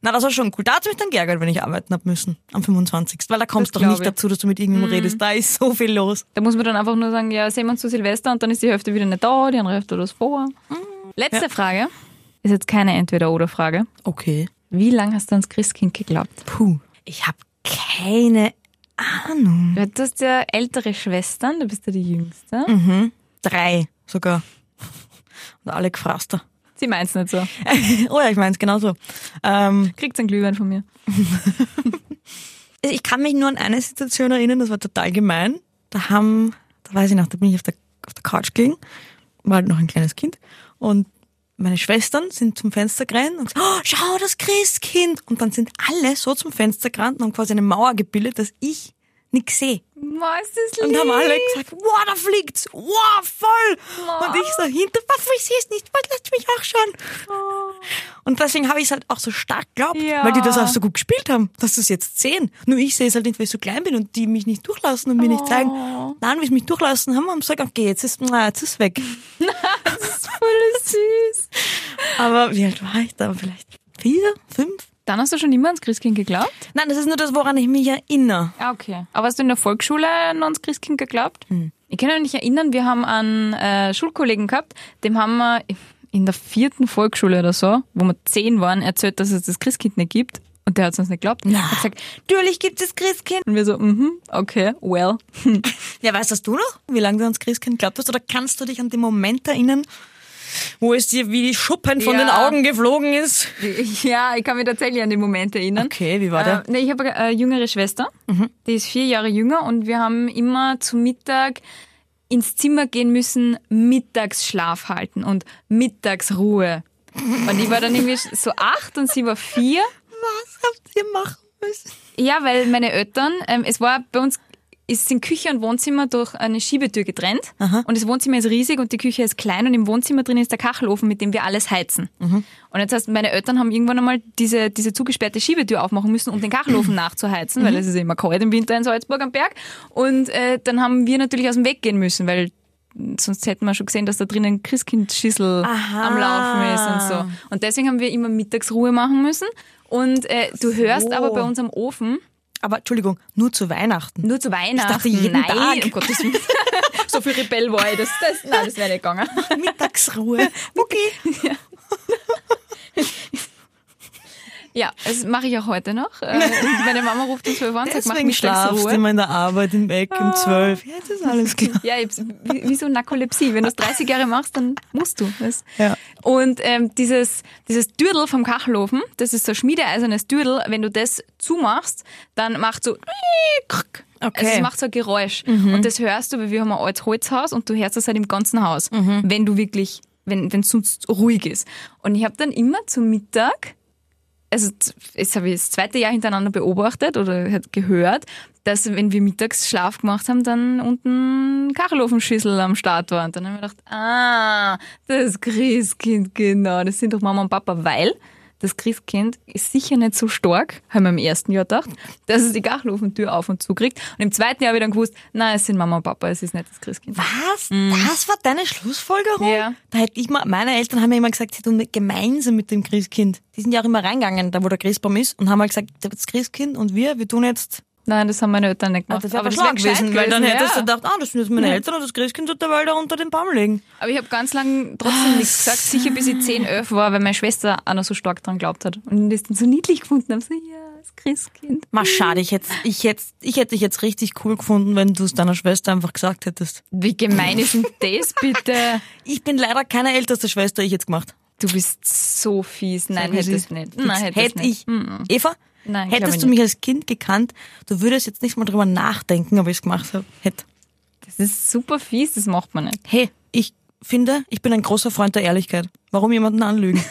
Speaker 3: Na, das war schon cool. Da hat mich dann geärgert, wenn ich arbeiten hab müssen. Am 25. Weil da kommst
Speaker 2: Das
Speaker 3: du doch
Speaker 2: glaub
Speaker 3: nicht
Speaker 2: ich. Mhm.
Speaker 3: dazu, dass du mit irgendjemandem redest. Da ist so viel los.
Speaker 2: Da muss man dann einfach nur sagen, ja, sehen wir uns zu Silvester und dann ist die Hälfte wieder nicht da, die andere Hälfte hat was vor. Hm. Letzte Frage. Ist jetzt keine Entweder-Oder-Frage.
Speaker 3: Okay.
Speaker 2: Wie lange hast du ans Christkind geglaubt?
Speaker 3: Puh. Ich habe keine Ahnung.
Speaker 2: Du hattest ja ältere Schwestern, du bist ja die Jüngste.
Speaker 3: Drei sogar. Und alle gefraster.
Speaker 2: Sie meint's nicht so.
Speaker 3: oh ja, ich meins genauso. Ähm,
Speaker 2: Kriegt's einen Glühwein von mir.
Speaker 3: Also ich kann mich nur an eine Situation erinnern, das war total gemein. Da haben, da weiß ich noch, da bin ich auf der, auf der Couch gelegen, war halt noch ein kleines Kind und meine Schwestern sind zum Fenster gerannt und gesagt, oh, schau, das Christkind! Und dann sind alle so zum Fenster gerannt und haben quasi eine Mauer gebildet, dass ich nichts sehe.
Speaker 2: Was ist
Speaker 3: Und haben alle gesagt, wow, da fliegt's! Wow, voll! Und ich so hinter, was, ich sehe es nicht, was, lasst mich auch schauen. Und deswegen habe ich es halt auch so stark geglaubt,
Speaker 2: Ja.
Speaker 3: weil die das auch so gut gespielt haben, dass sie es jetzt sehen. Nur ich sehe es halt nicht, weil ich so klein bin und die mich nicht durchlassen und mir nicht zeigen. Nein, wie sie mich durchlassen haben, haben sie gesagt, okay, jetzt ist na, jetzt ist weg.
Speaker 2: Voll süß.
Speaker 3: Aber wie alt war ich da? Vielleicht vier, fünf?
Speaker 2: Dann hast du schon immer ans Christkind geglaubt?
Speaker 3: Nein, das ist nur das, woran ich mich erinnere.
Speaker 2: Ah, okay. Hm. Aber hast du in der Volksschule noch ans Christkind geglaubt? Ich kann mich nicht erinnern, wir haben einen äh, Schulkollegen gehabt, dem haben wir in der vierten Volksschule oder so, wo wir zehn waren, erzählt, dass es das Christkind nicht gibt. Und der hat uns nicht geglaubt.
Speaker 3: Na.
Speaker 2: Hat gesagt,
Speaker 3: Natürlich gibt es Christkind.
Speaker 2: und wir so, mhm, okay, well.
Speaker 3: Ja, weißt das du noch, wie lange du ans Christkind glaubt hast? Oder kannst du dich an den Moment erinnern, wo es dir wie die Schuppen von
Speaker 2: Ja.
Speaker 3: den Augen geflogen ist.
Speaker 2: Ja, ich kann mich tatsächlich an die Momente erinnern.
Speaker 3: Okay, wie war der?
Speaker 2: Äh, nee, ich habe eine jüngere Schwester, die ist vier Jahre jünger und wir haben immer zu Mittag ins Zimmer gehen müssen, Mittagsschlaf halten und Mittagsruhe. Und ich war dann irgendwie so acht und sie war vier.
Speaker 3: Was habt ihr machen müssen?
Speaker 2: Ja, weil meine Eltern, ähm, es war bei uns, es sind Küche und Wohnzimmer durch eine Schiebetür getrennt. Und das Wohnzimmer ist riesig und die Küche ist klein und im Wohnzimmer drin ist der Kachelofen, mit dem wir alles heizen. Und jetzt heißt, meine Eltern haben irgendwann einmal diese, diese zugesperrte Schiebetür aufmachen müssen, um den Kachelofen nachzuheizen, weil es ist ja immer kalt im Winter in Salzburg am Berg. Und äh, dann haben wir natürlich aus dem Weg gehen müssen, weil sonst hätten wir schon gesehen, dass da drinnen Christkindschüssel
Speaker 3: Aha.
Speaker 2: am Laufen ist und so. Ah. Und deswegen haben wir immer Mittagsruhe machen müssen. Und äh, du hörst aber bei uns am Ofen,
Speaker 3: Aber Entschuldigung, nur zu Weihnachten.
Speaker 2: nur zu Weihnachten.
Speaker 3: dachte, jeden
Speaker 2: nein,
Speaker 3: Tag.
Speaker 2: um Gottes Willen. so viel Rebell war ich, das, das, nein, das wäre nicht gegangen.
Speaker 3: Mittagsruhe. Okay.
Speaker 2: Ja, das mache ich auch heute noch. Äh, meine Mama ruft um 12 Uhr und sagt, mach
Speaker 3: Deswegen schlafst du
Speaker 2: Mittagsruhe.
Speaker 3: immer in der Arbeit im Eck um zwölf. Ja, jetzt ist alles klar.
Speaker 2: Ja, ich hab's- wie wie so Narkolepsie. Wenn du es 30 Jahre machst, dann musst du. Das.
Speaker 3: Ja.
Speaker 2: Und ähm, dieses, dieses Dürdel vom Kachelofen, das ist so ein schmiedeeisernes Dürdel, wenn du das zumachst, dann macht so
Speaker 3: Okay. Mhm.
Speaker 2: also es macht so ein Geräusch. Und das hörst du, weil wir haben ein altes Holzhaus und du hörst das halt im ganzen Haus,
Speaker 3: Mhm.
Speaker 2: wenn du wirklich, wenn es sonst ruhig ist. Und ich habe dann immer zum Mittag also z- das habe ich das zweite Jahr hintereinander beobachtet oder hat gehört, dass wenn wir mittags Schlaf gemacht haben, dann unten Kachelofenschüssel am Start war. Und dann haben wir gedacht, ah, das Christkind, genau, das sind doch Mama und Papa, weil das Christkind ist sicher nicht so stark, haben wir im ersten Jahr gedacht, dass es die Kachelofentür auf und zu kriegt. Und im zweiten Jahr habe ich dann gewusst, nein, es sind Mama und Papa, es ist nicht das Christkind.
Speaker 3: Was? Das war deine Schlussfolgerung?
Speaker 2: Ja.
Speaker 3: Da hätte ich mal, meine Eltern haben ja immer gesagt, sie tun mit- gemeinsam mit dem Christkind. Die sind ja auch immer reingegangen, da wo der Christbaum ist, und haben mal gesagt, das Christkind und wir, wir tun jetzt.
Speaker 2: Nein, das haben meine Eltern nicht gemacht.
Speaker 3: Ah, wär
Speaker 2: wär
Speaker 3: schlau gewesen, weil dann
Speaker 2: gewesen,
Speaker 3: hättest
Speaker 2: ja.
Speaker 3: du gedacht, ah, das sind jetzt meine Eltern und das Christkind tut der Wald da unter den Baum legen.
Speaker 2: Aber ich habe ganz lange
Speaker 3: Ah,
Speaker 2: trotzdem nichts gesagt, sicher bis ich 10, 11 war, weil meine Schwester auch noch so stark dran glaubt hat. Und das dann so niedlich gefunden habe, so, ja, das Christkind.
Speaker 3: Ma, schade, ich hätte, ich hätte, ich hätte dich jetzt richtig cool gefunden, wenn du es deiner Schwester einfach gesagt hättest.
Speaker 2: Wie gemein ist denn das bitte?
Speaker 3: Ich bin leider keine älteste Schwester, ich jetzt gemacht.
Speaker 2: Du bist so fies. Nein,
Speaker 3: Sag, wie es
Speaker 2: hättest
Speaker 3: ist.
Speaker 2: nicht. Nein, hättest
Speaker 3: Hätte
Speaker 2: nicht.
Speaker 3: ich. Eva?
Speaker 2: Nein, glaub ich
Speaker 3: Hättest du mich als Kind gekannt, du würdest jetzt nicht mal drüber nachdenken, ob ich es gemacht habe. Hätte.
Speaker 2: Das ist super fies, das macht man nicht.
Speaker 3: Hey, ich finde, ich bin ein großer Freund der Ehrlichkeit. Warum jemanden anlügen?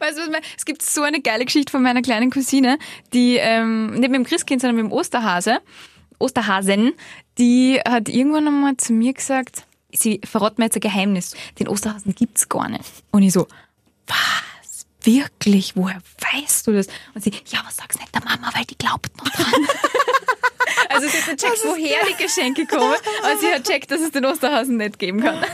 Speaker 2: Weißt du, was ich meine? es gibt so eine geile Geschichte von meiner kleinen Cousine, die ähm, nicht mit dem Christkind, sondern mit dem Osterhase, Osterhasen, die hat irgendwann einmal zu mir gesagt, sie verrät mir jetzt ein Geheimnis, den Osterhasen gibt's gar nicht. Und ich so, was? Wirklich? Woher weißt du das? Und sie, ja, aber sag's nicht der Mama, weil die glaubt noch dran. also sie hat nicht checkt, woher die Geschenke kommen, aber sie hat checkt, dass es den Osterhasen nicht geben kann.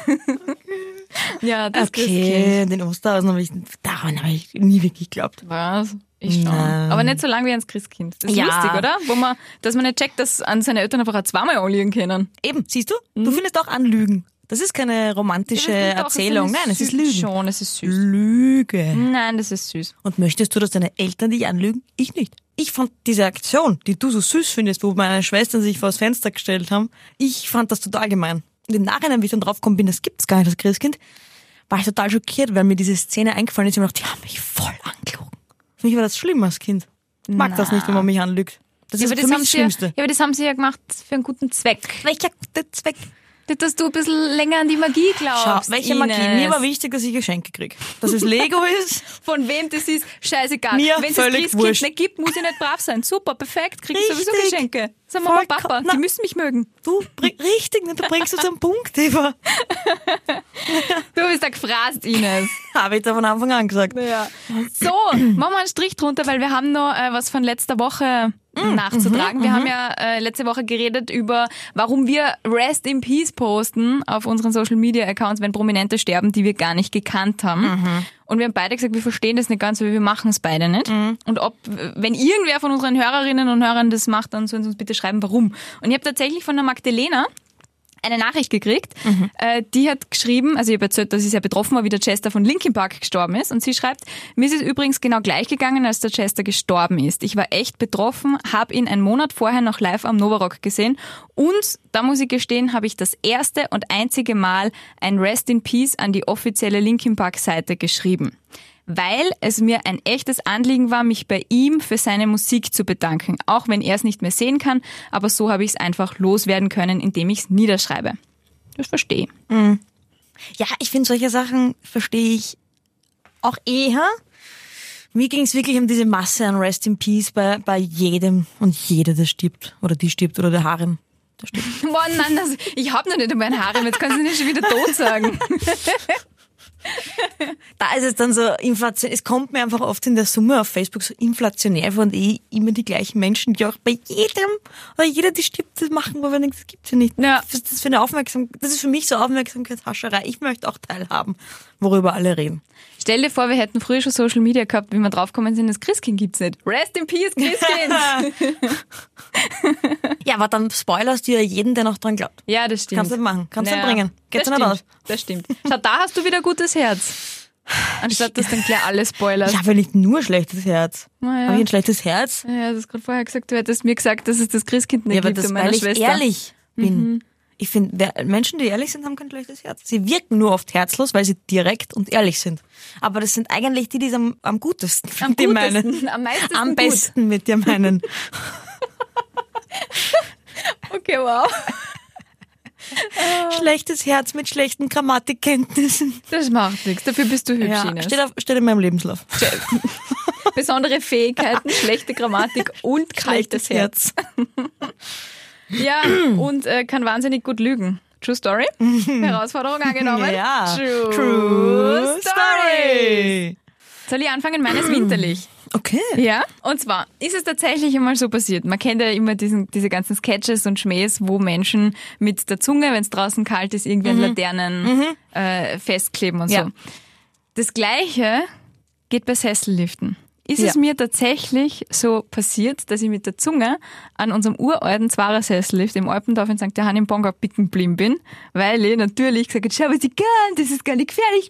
Speaker 2: ja, das Christkind.
Speaker 3: Okay, den Osterhasen habe ich, daran habe ich nie wirklich geglaubt.
Speaker 2: Was? Ich schon.
Speaker 3: Nein.
Speaker 2: Aber nicht so lang wie ans Christkind. Das ist
Speaker 3: Ja.
Speaker 2: lustig, oder? Wo man, dass man nicht checkt, dass an seine Eltern einfach auch zweimal anliegen können.
Speaker 3: Eben, siehst du? Du findest auch Anlügen. Mhm. Das ist keine romantische Erzählung. Nein, es ist Lügen. Mhm.
Speaker 2: Schon, es ist süß.
Speaker 3: Lüge.
Speaker 2: Nein, das ist süß.
Speaker 3: Und möchtest du, dass deine Eltern dich anlügen? Ich nicht. Ich fand diese Aktion, die du so süß findest, wo meine Schwestern sich vor das Fenster gestellt haben, ich fand das total gemein. Und im Nachhinein, wie ich dann draufgekommen bin, das gibt's gar nicht, das Christkind, war ich total schockiert, weil mir diese Szene eingefallen ist und ich hab mir gedacht, die haben mich voll angelogen. Für mich war das schlimm als Kind. Ich mag das nicht, wenn man mich anlügt. Das ist
Speaker 2: aber
Speaker 3: für mich
Speaker 2: haben
Speaker 3: das
Speaker 2: sie ja,
Speaker 3: Schlimmste.
Speaker 2: ja, aber das haben sie ja gemacht für einen guten Zweck.
Speaker 3: Welcher gute Zweck?
Speaker 2: Dass du ein bisschen länger an die Magie
Speaker 3: Schau,
Speaker 2: glaubst.
Speaker 3: welche Magie?
Speaker 2: Ines.
Speaker 3: Mir war wichtig, dass ich Geschenke krieg. Dass es Lego ist.
Speaker 2: Von wem das ist, scheißegal.
Speaker 3: Mir
Speaker 2: Wenn es das
Speaker 3: völlig
Speaker 2: Christkind
Speaker 3: wurscht.
Speaker 2: nicht gibt, muss ich nicht brav sein. Super, perfekt, krieg ich sowieso
Speaker 3: Richtig.
Speaker 2: Geschenke. Sag mal,
Speaker 3: Vollkommen-
Speaker 2: Papa, die
Speaker 3: Na.
Speaker 2: müssen mich mögen.
Speaker 3: Du, bring, richtig, ne, du bringst uns einen Punkt, Eva.
Speaker 2: Du bist da gefrasst, Ines.
Speaker 3: Habe ich da von Anfang an gesagt.
Speaker 2: Ja. So, machen wir einen Strich drunter, weil wir haben noch äh, was von letzter Woche nachzutragen. Wir haben ja äh, letzte Woche geredet über, warum wir Rest in Peace posten auf unseren Social Media Accounts, wenn Prominente sterben, die wir gar nicht gekannt haben. Und wir haben beide gesagt, wir verstehen das nicht ganz, weil wir machen es beide nicht. Und ob, wenn irgendwer von unseren Hörerinnen und Hörern das macht, dann sollen sie uns bitte schreiben, warum. Und ich habe tatsächlich von der Magdalena eine Nachricht gekriegt. Äh, die hat geschrieben, also ich habe erzählt, dass ich sehr betroffen war, wie der Chester von Linkin Park gestorben ist. Und sie schreibt, mir ist es übrigens genau gleich gegangen, als der Chester gestorben ist. Ich war echt betroffen, habe ihn einen Monat vorher noch live am Novarock gesehen. Und, da muss ich gestehen, habe ich das erste und einzige Mal ein Rest in Peace an die offizielle Linkin Park Seite geschrieben weil es mir ein echtes Anliegen war, mich bei ihm für seine Musik zu bedanken, auch wenn er es nicht mehr sehen kann, aber so habe ich es einfach loswerden können, indem ich es niederschreibe. Das verstehe. ich.
Speaker 3: Ja, ich finde, solche Sachen verstehe ich auch eher. Mir ging es wirklich um diese Masse an Rest in Peace bei, bei jedem und jeder, der stirbt. Oder die stirbt oder der Harem.
Speaker 2: Boah, nein, das, ich habe noch nicht einmal ein Harem, jetzt kannst du nicht schon wieder tot sagen.
Speaker 3: Da ist es dann so inflation. Es kommt mir einfach oft in der Summe auf Facebook so inflationär von eh immer die gleichen Menschen, die auch bei jedem oder jeder, die stirbt, das machen, wo wir denken, das gibt's ja nicht.
Speaker 2: Ja.
Speaker 3: Was ist das für eine Aufmerksamkeit? Das ist für mich so Aufmerksamkeitshascherei. Ich möchte auch teilhaben, worüber alle reden.
Speaker 2: Stell dir vor, wir hätten früher schon Social Media gehabt, wie wir draufgekommen sind, das Christkind gibt's nicht. Rest in Peace, Christkind!
Speaker 3: Ja, aber dann spoilerst du ja jeden, der noch dran glaubt.
Speaker 2: ja, das stimmt.
Speaker 3: Kannst du nicht machen. Kannst du nicht
Speaker 2: Naja,
Speaker 3: bringen. Geht's
Speaker 2: das
Speaker 3: nicht aus.
Speaker 2: stimmt, Das stimmt. Schau, da hast du wieder gutes Herz. Anstatt dass dann gleich alles spoilert.
Speaker 3: Ich habe ja nicht nur ein schlechtes Herz.
Speaker 2: Na ja.
Speaker 3: Habe ich ein schlechtes Herz?
Speaker 2: Ja, du hast gerade vorher gesagt, du hättest mir gesagt, dass es das Christkind nicht
Speaker 3: Ja, aber
Speaker 2: gibt
Speaker 3: das,
Speaker 2: und meiner
Speaker 3: weil ich
Speaker 2: Schwester. Mhm.
Speaker 3: ehrlich bin. Ich finde, wer- Menschen, die ehrlich sind, haben kein schlechtes Herz. Sie wirken nur oft herzlos, weil sie direkt und ehrlich sind. Aber das sind eigentlich die, die es am, am gutesten
Speaker 2: Am
Speaker 3: mit dir
Speaker 2: gutesten,
Speaker 3: meinen.
Speaker 2: am meisten
Speaker 3: Am
Speaker 2: gut.
Speaker 3: besten mit dir meinen.
Speaker 2: Okay, wow.
Speaker 3: Schlechtes Herz mit schlechten Grammatikkenntnissen.
Speaker 2: Das macht nichts. Dafür bist du hübsch, Ines.
Speaker 3: steht, auf, steht in meinem Lebenslauf.
Speaker 2: Besondere Fähigkeiten, schlechte Grammatik und kaltes Herz. Ja, und äh, kann wahnsinnig gut lügen. True Story? Herausforderung angenommen?
Speaker 3: Ja.
Speaker 2: True,
Speaker 3: True
Speaker 2: Story.
Speaker 3: Story.
Speaker 2: Soll ich anfangen? Meines winterlich.
Speaker 3: Okay.
Speaker 2: Ja, und zwar ist es tatsächlich einmal so passiert. Man kennt ja immer diesen, diese ganzen Sketches und Schmähs, wo Menschen mit der Zunge, wenn es draußen kalt ist, irgendwie an Laternen äh, festkleben und
Speaker 3: Mhm. Ja.
Speaker 2: so. Das Gleiche geht bei Sesselliften. Ist
Speaker 3: Ja.
Speaker 2: es mir tatsächlich so passiert, dass ich mit der Zunge an unserem uralten Zwarer Sessellift im Alpendorf in St. Johann im Bonga picken geblieben bin, weil ich natürlich gesagt habe, schau, was ich kann, das ist gar nicht gefährlich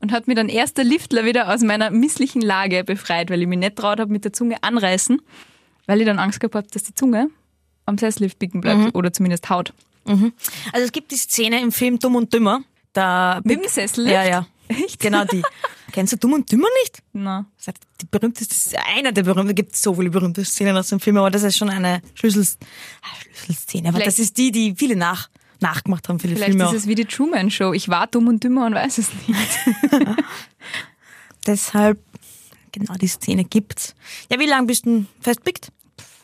Speaker 2: und hat mir dann erst der Liftler wieder aus meiner misslichen Lage befreit, weil ich mich nicht traut habe mit der Zunge anreißen, weil ich dann Angst gehabt habe, dass die Zunge am Sesslift biegen bleibt
Speaker 3: Mhm.
Speaker 2: oder zumindest haut.
Speaker 3: Also es gibt die Szene im Film Dumm und Dümmer. Da
Speaker 2: Mit dem Sesslift?
Speaker 3: Ja, ja.
Speaker 2: Echt?
Speaker 3: Genau die. Kennst du Dumm und Dümmer nicht?
Speaker 2: Na.
Speaker 3: Das ist die berühmteste, das ist einer der berühmten, es gibt so viele berühmte Szenen aus dem Film, aber das ist schon eine Schlüssel, ah, Schlüsselszene. Aber
Speaker 2: Vielleicht-
Speaker 3: das ist die, die viele nach, nachgemacht haben, viele
Speaker 2: Vielleicht
Speaker 3: Filme.
Speaker 2: ist
Speaker 3: auch.
Speaker 2: es wie die Truman Show. Ich war dumm und dümmer und weiß es nicht.
Speaker 3: Deshalb, genau die Szene gibt's. Ja, wie lange bist du denn festpickt?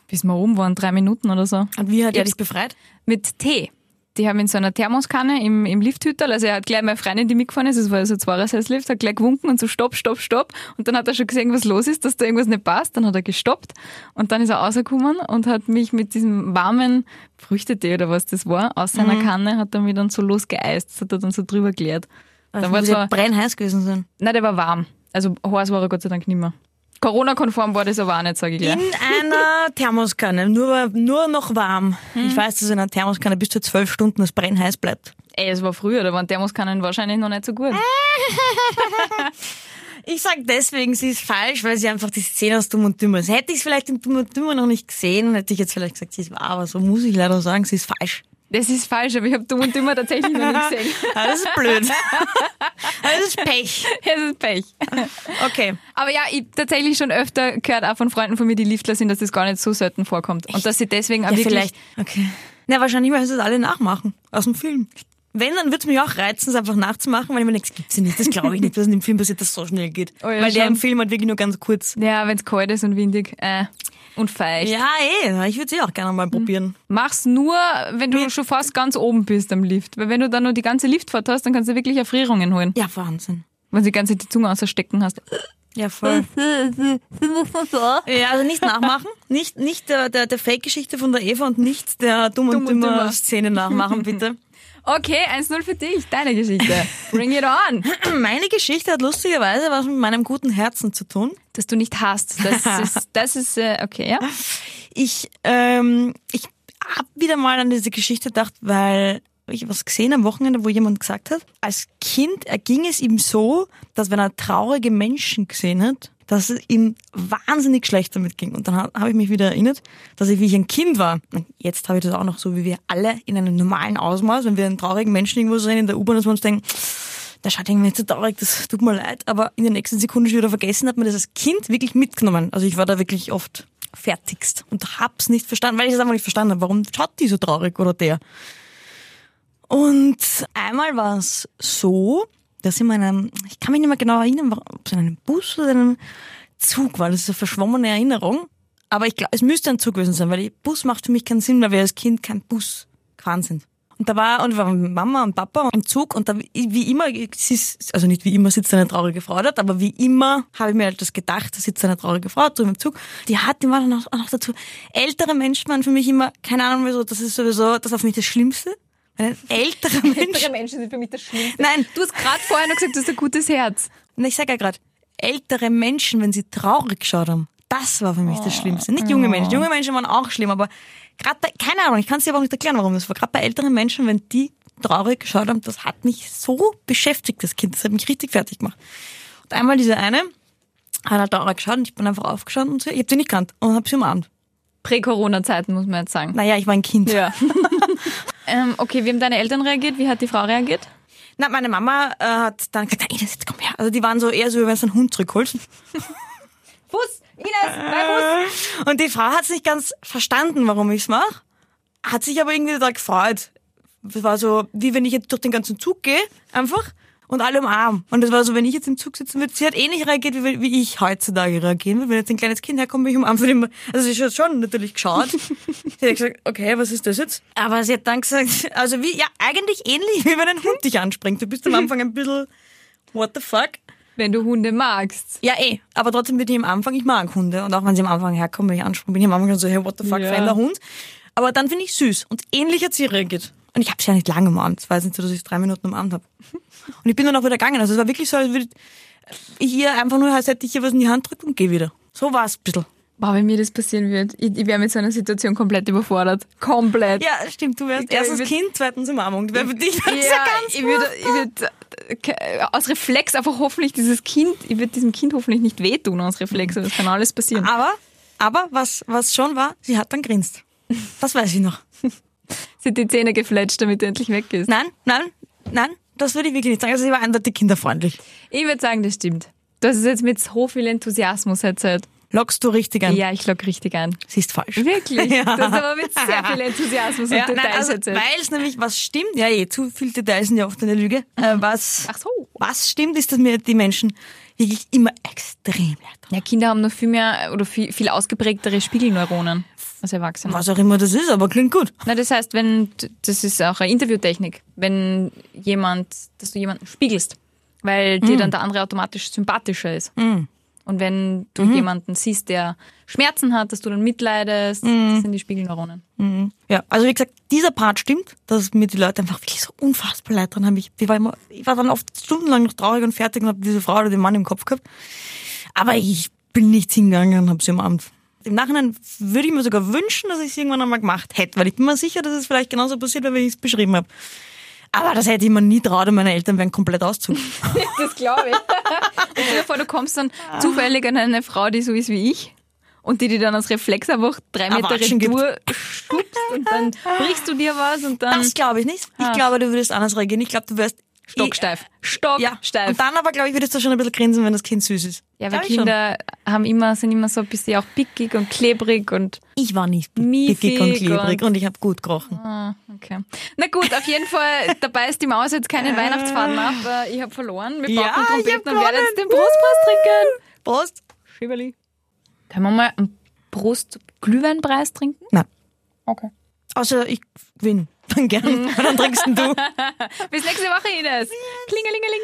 Speaker 2: Bis wir oben waren, drei Minuten oder so.
Speaker 3: Und wie hat
Speaker 2: er
Speaker 3: er
Speaker 2: dich
Speaker 3: dich befreit?
Speaker 2: Mit Tee. Die haben in so einer Thermoskanne im, im Lifthüterl, also er hat gleich meine Freundin, die mitgefahren ist, es war so ein Zweierseitslift, hat gleich gewunken und so stopp, stopp, stopp. Und dann hat er schon gesehen, was los ist, dass da irgendwas nicht passt. Dann hat er gestoppt und dann ist er rausgekommen und hat mich mit diesem warmen Früchtetee oder was das war, aus seiner Kanne, hat er mich dann so losgeeist, das hat er dann so drüber geleert. Dann war
Speaker 3: muss ja
Speaker 2: zwar,
Speaker 3: brennheiß gewesen sein.
Speaker 2: nein, der war warm. Also heiß war er Gott sei Dank nicht mehr. Corona-konform war das aber auch nicht, sage ich gleich.
Speaker 3: In einer Thermoskanne, nur, nur noch warm.
Speaker 2: Hm.
Speaker 3: Ich weiß, dass in einer Thermoskanne bis zu zwölf Stunden es brennheiß bleibt.
Speaker 2: Ey, es war früher, da waren Thermoskannen wahrscheinlich noch nicht so gut.
Speaker 3: Ich sag deswegen, sie ist falsch, weil sie einfach die Szene aus Dumm und Dümmer ist. Hätte ich es vielleicht in Dumm und Dümmer noch nicht gesehen, hätte ich jetzt vielleicht gesagt, sie ist wahr, aber so muss ich leider sagen, sie ist falsch.
Speaker 2: Das ist falsch, aber ich habe dumm und dümmer tatsächlich noch nicht gesehen.
Speaker 3: Ah, Das ist blöd. Ah, Das ist Pech.
Speaker 2: Es ist Pech.
Speaker 3: Okay.
Speaker 2: Aber ja, ich hab tatsächlich schon öfter gehört auch von Freunden von mir, die Liftler sind, dass das gar nicht so selten vorkommt. Und dass sie deswegen auch
Speaker 3: Ja,
Speaker 2: wirklich.
Speaker 3: vielleicht. Okay. Na, wahrscheinlich werden sie es alle nachmachen. Aus dem Film. Wenn, dann würde es mich auch reizen, es einfach nachzumachen, weil ich mir denke, das gibt's ja nicht, das glaube ich nicht, dass in dem Film passiert, dass es so schnell geht.
Speaker 2: Oh ja,
Speaker 3: weil der
Speaker 2: schon.
Speaker 3: im Film halt wirklich nur ganz kurz.
Speaker 2: Ja, wenn's kalt ist und windig. Äh, und feucht.
Speaker 3: Ja, eh, ich würde sie auch gerne mal
Speaker 2: Hm.
Speaker 3: probieren.
Speaker 2: Mach's nur, wenn
Speaker 3: Hm.
Speaker 2: du schon fast ganz oben bist am Lift. Weil wenn du dann nur die ganze Liftfahrt hast, dann kannst du wirklich Erfrierungen holen.
Speaker 3: Ja, Wahnsinn.
Speaker 2: Wenn du die ganze die Zunge ausstecken hast.
Speaker 3: Ja, voll. äh, Ja, also nicht nachmachen. Nicht, nicht der, der, der Fake-Geschichte von der Eva und nicht der dumm und,
Speaker 2: Dumm und
Speaker 3: dümmer,
Speaker 2: Dümmer.
Speaker 3: Szene nachmachen, bitte.
Speaker 2: Okay, 1-0 für dich, deine Geschichte. Bring it on.
Speaker 3: Meine Geschichte hat lustigerweise was mit meinem guten Herzen zu tun.
Speaker 2: Dass du nicht hast. Das ist, das ist, äh, okay, ja.
Speaker 3: Ich, ähm, ich hab wieder mal an diese Geschichte gedacht, weil ich was gesehen am Wochenende, wo jemand gesagt hat, als Kind erging es ihm so, dass wenn er traurige Menschen gesehen hat, dass es ihm wahnsinnig schlecht damit ging. Und dann ha- habe ich mich wieder erinnert, dass ich, wie ich ein Kind war, und jetzt habe ich das auch noch so, wie wir alle in einem normalen Ausmaß, wenn wir einen traurigen Menschen irgendwo sehen in der U-Bahn, dass wir uns denken, der schaut irgendwie nicht so traurig, das tut mir leid, aber in der nächsten Sekunde schon wieder vergessen, hat mir das als Kind wirklich mitgenommen. Also ich war da wirklich oft fertigst und hab's nicht verstanden, weil ich es einfach nicht verstanden habe. Warum schaut die so traurig oder der? Und einmal war es so, dass in meinem, ich kann mich nicht mehr genau erinnern, war- ob es in einem Bus oder in einem Zug war, das ist eine verschwommene Erinnerung. Aber ich glaube, es müsste ein Zug gewesen sein, weil Bus macht für mich keinen Sinn, weil wir als Kind kein Bus gefahren sind. Und da war, und wir waren mit Mama und Papa im Zug und da, wie immer, es ist- also nicht wie immer sitzt eine traurige Frau dort, aber wie immer habe ich mir halt das gedacht, da sitzt eine traurige Frau drüben im Zug. Die hat, die war dann auch auch noch dazu, ältere Menschen waren für mich immer, keine Ahnung, wieso, das ist sowieso, das war für mich das Schlimmste. Ein älterer Mensch.
Speaker 4: Ältere Menschen sind für mich das Schlimmste.
Speaker 3: Nein,
Speaker 2: Du hast gerade vorher noch gesagt, du hast ein gutes Herz.
Speaker 3: und ich sage ja gerade, ältere Menschen, wenn sie traurig geschaut haben, das war für mich das Schlimmste. Nicht junge Menschen. Junge Menschen waren auch schlimm, aber gerade bei, keine Ahnung, ich kann es dir aber auch nicht erklären, warum das war. Gerade bei älteren Menschen, wenn die traurig geschaut haben, das hat mich so beschäftigt, das Kind. Das hat mich richtig fertig gemacht. Und einmal diese eine hat halt traurig geschaut und ich bin einfach aufgestanden und so, ich habe sie nicht gekannt und habe sie umarmt.
Speaker 2: Prä-Corona-Zeiten, muss man jetzt sagen.
Speaker 3: Naja, ich war ein Kind.
Speaker 2: Ja. ähm, okay, wie haben deine Eltern reagiert? Wie hat die Frau reagiert?
Speaker 3: Na, meine Mama äh, hat dann gesagt, Ines, jetzt komm her. Also die waren so eher so, wie wenn du einen Hund zurückholst.
Speaker 4: Fuß, Ines, mein Fuß.
Speaker 3: Und die Frau hat es nicht ganz verstanden, warum ich's mach, mache, hat sich aber irgendwie da gefreut. Das war so, wie wenn ich jetzt durch den ganzen Zug gehe, einfach, und alle umarmen. Und das war so, wenn ich jetzt im Zug sitzen würde, sie hat ähnlich reagiert, wie, wenn- wie ich heutzutage reagieren würde. Wenn jetzt ein kleines Kind herkommt, bin ich umarmt. Würde ich immer- Also sie hat schon natürlich geschaut. sie hat gesagt, okay, was ist das jetzt? Aber sie hat dann gesagt, also wie, ja, eigentlich ähnlich, wie wenn ein Hund dich anspringt. Du bist am Anfang ein bisschen, what the fuck?
Speaker 2: Wenn du Hunde magst.
Speaker 3: Ja, eh. Aber trotzdem bin ich am Anfang, ich mag Hunde. Und auch wenn sie am Anfang herkommen, wenn ich anspringe, bin ich am Anfang schon so, hey, what the fuck,
Speaker 2: Ja.
Speaker 3: fremder Hund. Aber dann finde ich süß. Und ähnlich hat sie reagiert. Und ich habe sie ja nicht lange umarmt. Es war jetzt nicht so, dass ich drei Minuten umarmt habe. Und ich bin dann auch wieder gegangen. Also es war wirklich so, als würde ich ihr einfach nur, als hätte ich ihr was in die Hand drückt und gehe wieder. So war es ein bisschen.
Speaker 2: Boah, wenn mir das passieren würde, ich, ich wäre mit so einer Situation komplett überfordert. Komplett.
Speaker 3: Ja, stimmt. Du wärst
Speaker 2: glaub, ich
Speaker 3: erstens
Speaker 2: würd-
Speaker 3: Kind, zweitens Umarmung. Das wäre für dich
Speaker 2: Ja,
Speaker 3: dann ja ganz
Speaker 2: ich würde, ich würde äh, aus Reflex einfach hoffentlich dieses Kind, ich würde diesem Kind hoffentlich nicht wehtun aus Reflex, das kann alles passieren.
Speaker 3: Aber, aber was, was schon war, sie hat dann grinst. Das weiß ich noch.
Speaker 2: Sind die Zähne gefletscht, damit du endlich weg ist.
Speaker 3: Nein, nein, nein. Das würde ich wirklich nicht sagen. Also sie war eindeutig kinderfreundlich.
Speaker 2: Ich würde sagen, das stimmt. Das ist jetzt mit so viel Enthusiasmus erzählt.
Speaker 3: Lockst du richtig an?
Speaker 2: Ja, ich log richtig an.
Speaker 3: Sie ist falsch.
Speaker 2: Ähm, Wirklich?
Speaker 3: Ja.
Speaker 2: Das ist aber mit sehr viel Enthusiasmus und
Speaker 3: Ja,
Speaker 2: Details
Speaker 3: nein, also,
Speaker 2: erzählt.
Speaker 3: weil es nämlich was stimmt, ja eh, zu viele Details sind ja oft eine Lüge. Äh, was,
Speaker 2: Ach so.
Speaker 3: was stimmt, ist, dass mir die Menschen wirklich immer extrem leid tun.
Speaker 2: Ja, Kinder haben noch viel mehr oder viel, viel ausgeprägtere Spiegelneuronen als Erwachsene.
Speaker 3: Was auch immer das ist, aber klingt gut.
Speaker 2: Na, das heißt, wenn, das ist auch eine Interviewtechnik, wenn jemand, dass du jemanden spiegelst, weil dir dann der andere automatisch sympathischer ist. Und wenn du jemanden siehst, der Schmerzen hat, dass du dann mitleidest, das sind die Spiegelneuronen.
Speaker 3: Ja, also wie gesagt, dieser Part stimmt, dass mir die Leute einfach wirklich so unfassbar leid dran haben. Ich, ich, war, immer, ich war dann oft stundenlang noch traurig und fertig und habe diese Frau oder den Mann im Kopf gehabt. Aber ich bin nicht hingegangen und habe sie umarmt. Im Nachhinein würde ich mir sogar wünschen, dass ich es irgendwann einmal gemacht hätte, weil ich bin mir sicher, dass es vielleicht genauso passiert wäre, wie ich es beschrieben habe. Aber das hätte ich mir nie traut und meine Eltern wären komplett auszogen.
Speaker 4: Das glaube ich.
Speaker 2: Stell dir vor, du kommst dann zufällig an eine Frau, die so ist wie ich und die dir dann als Reflex einfach drei Meter
Speaker 3: Watschen gibt.
Speaker 2: Retour schubst und dann brichst du dir was und dann
Speaker 3: Das glaube ich nicht. Ich glaube, du würdest anders reagieren. Ich glaube, du wärst...
Speaker 2: Ah. stocksteif. Stocksteif.
Speaker 3: Ja, und dann aber, glaube ich, würdest du schon ein bisschen grinsen, wenn das Kind süß ist.
Speaker 2: Ja, weil
Speaker 3: Glaub ich schon.
Speaker 2: Kinder haben immer, sind immer so ein bisschen auch pickig und klebrig und
Speaker 3: Ich war nicht
Speaker 2: Miefig
Speaker 3: pickig und klebrig
Speaker 2: und-
Speaker 3: und, ich habe gut gerochen.
Speaker 2: ah, okay. Na gut, auf jeden Fall, da beißt die Maus jetzt keinen Weihnachtsfaden ab. Äh, Ich habe verloren. Wir
Speaker 3: Ja,
Speaker 2: brauchen
Speaker 3: ich
Speaker 2: Trompeten
Speaker 3: hab
Speaker 2: und werde jetzt den
Speaker 3: gewonnen.
Speaker 2: Brustpreis trinken.
Speaker 3: Prost!
Speaker 2: Schieberli. Können wir mal einen Brust-Glühweinpreis trinken?
Speaker 3: Nein.
Speaker 2: Okay.
Speaker 3: Außer ich gewinne. Dann gern. Dann trinkst denn du.
Speaker 2: Bis nächste Woche, Ines. Klingelingeling.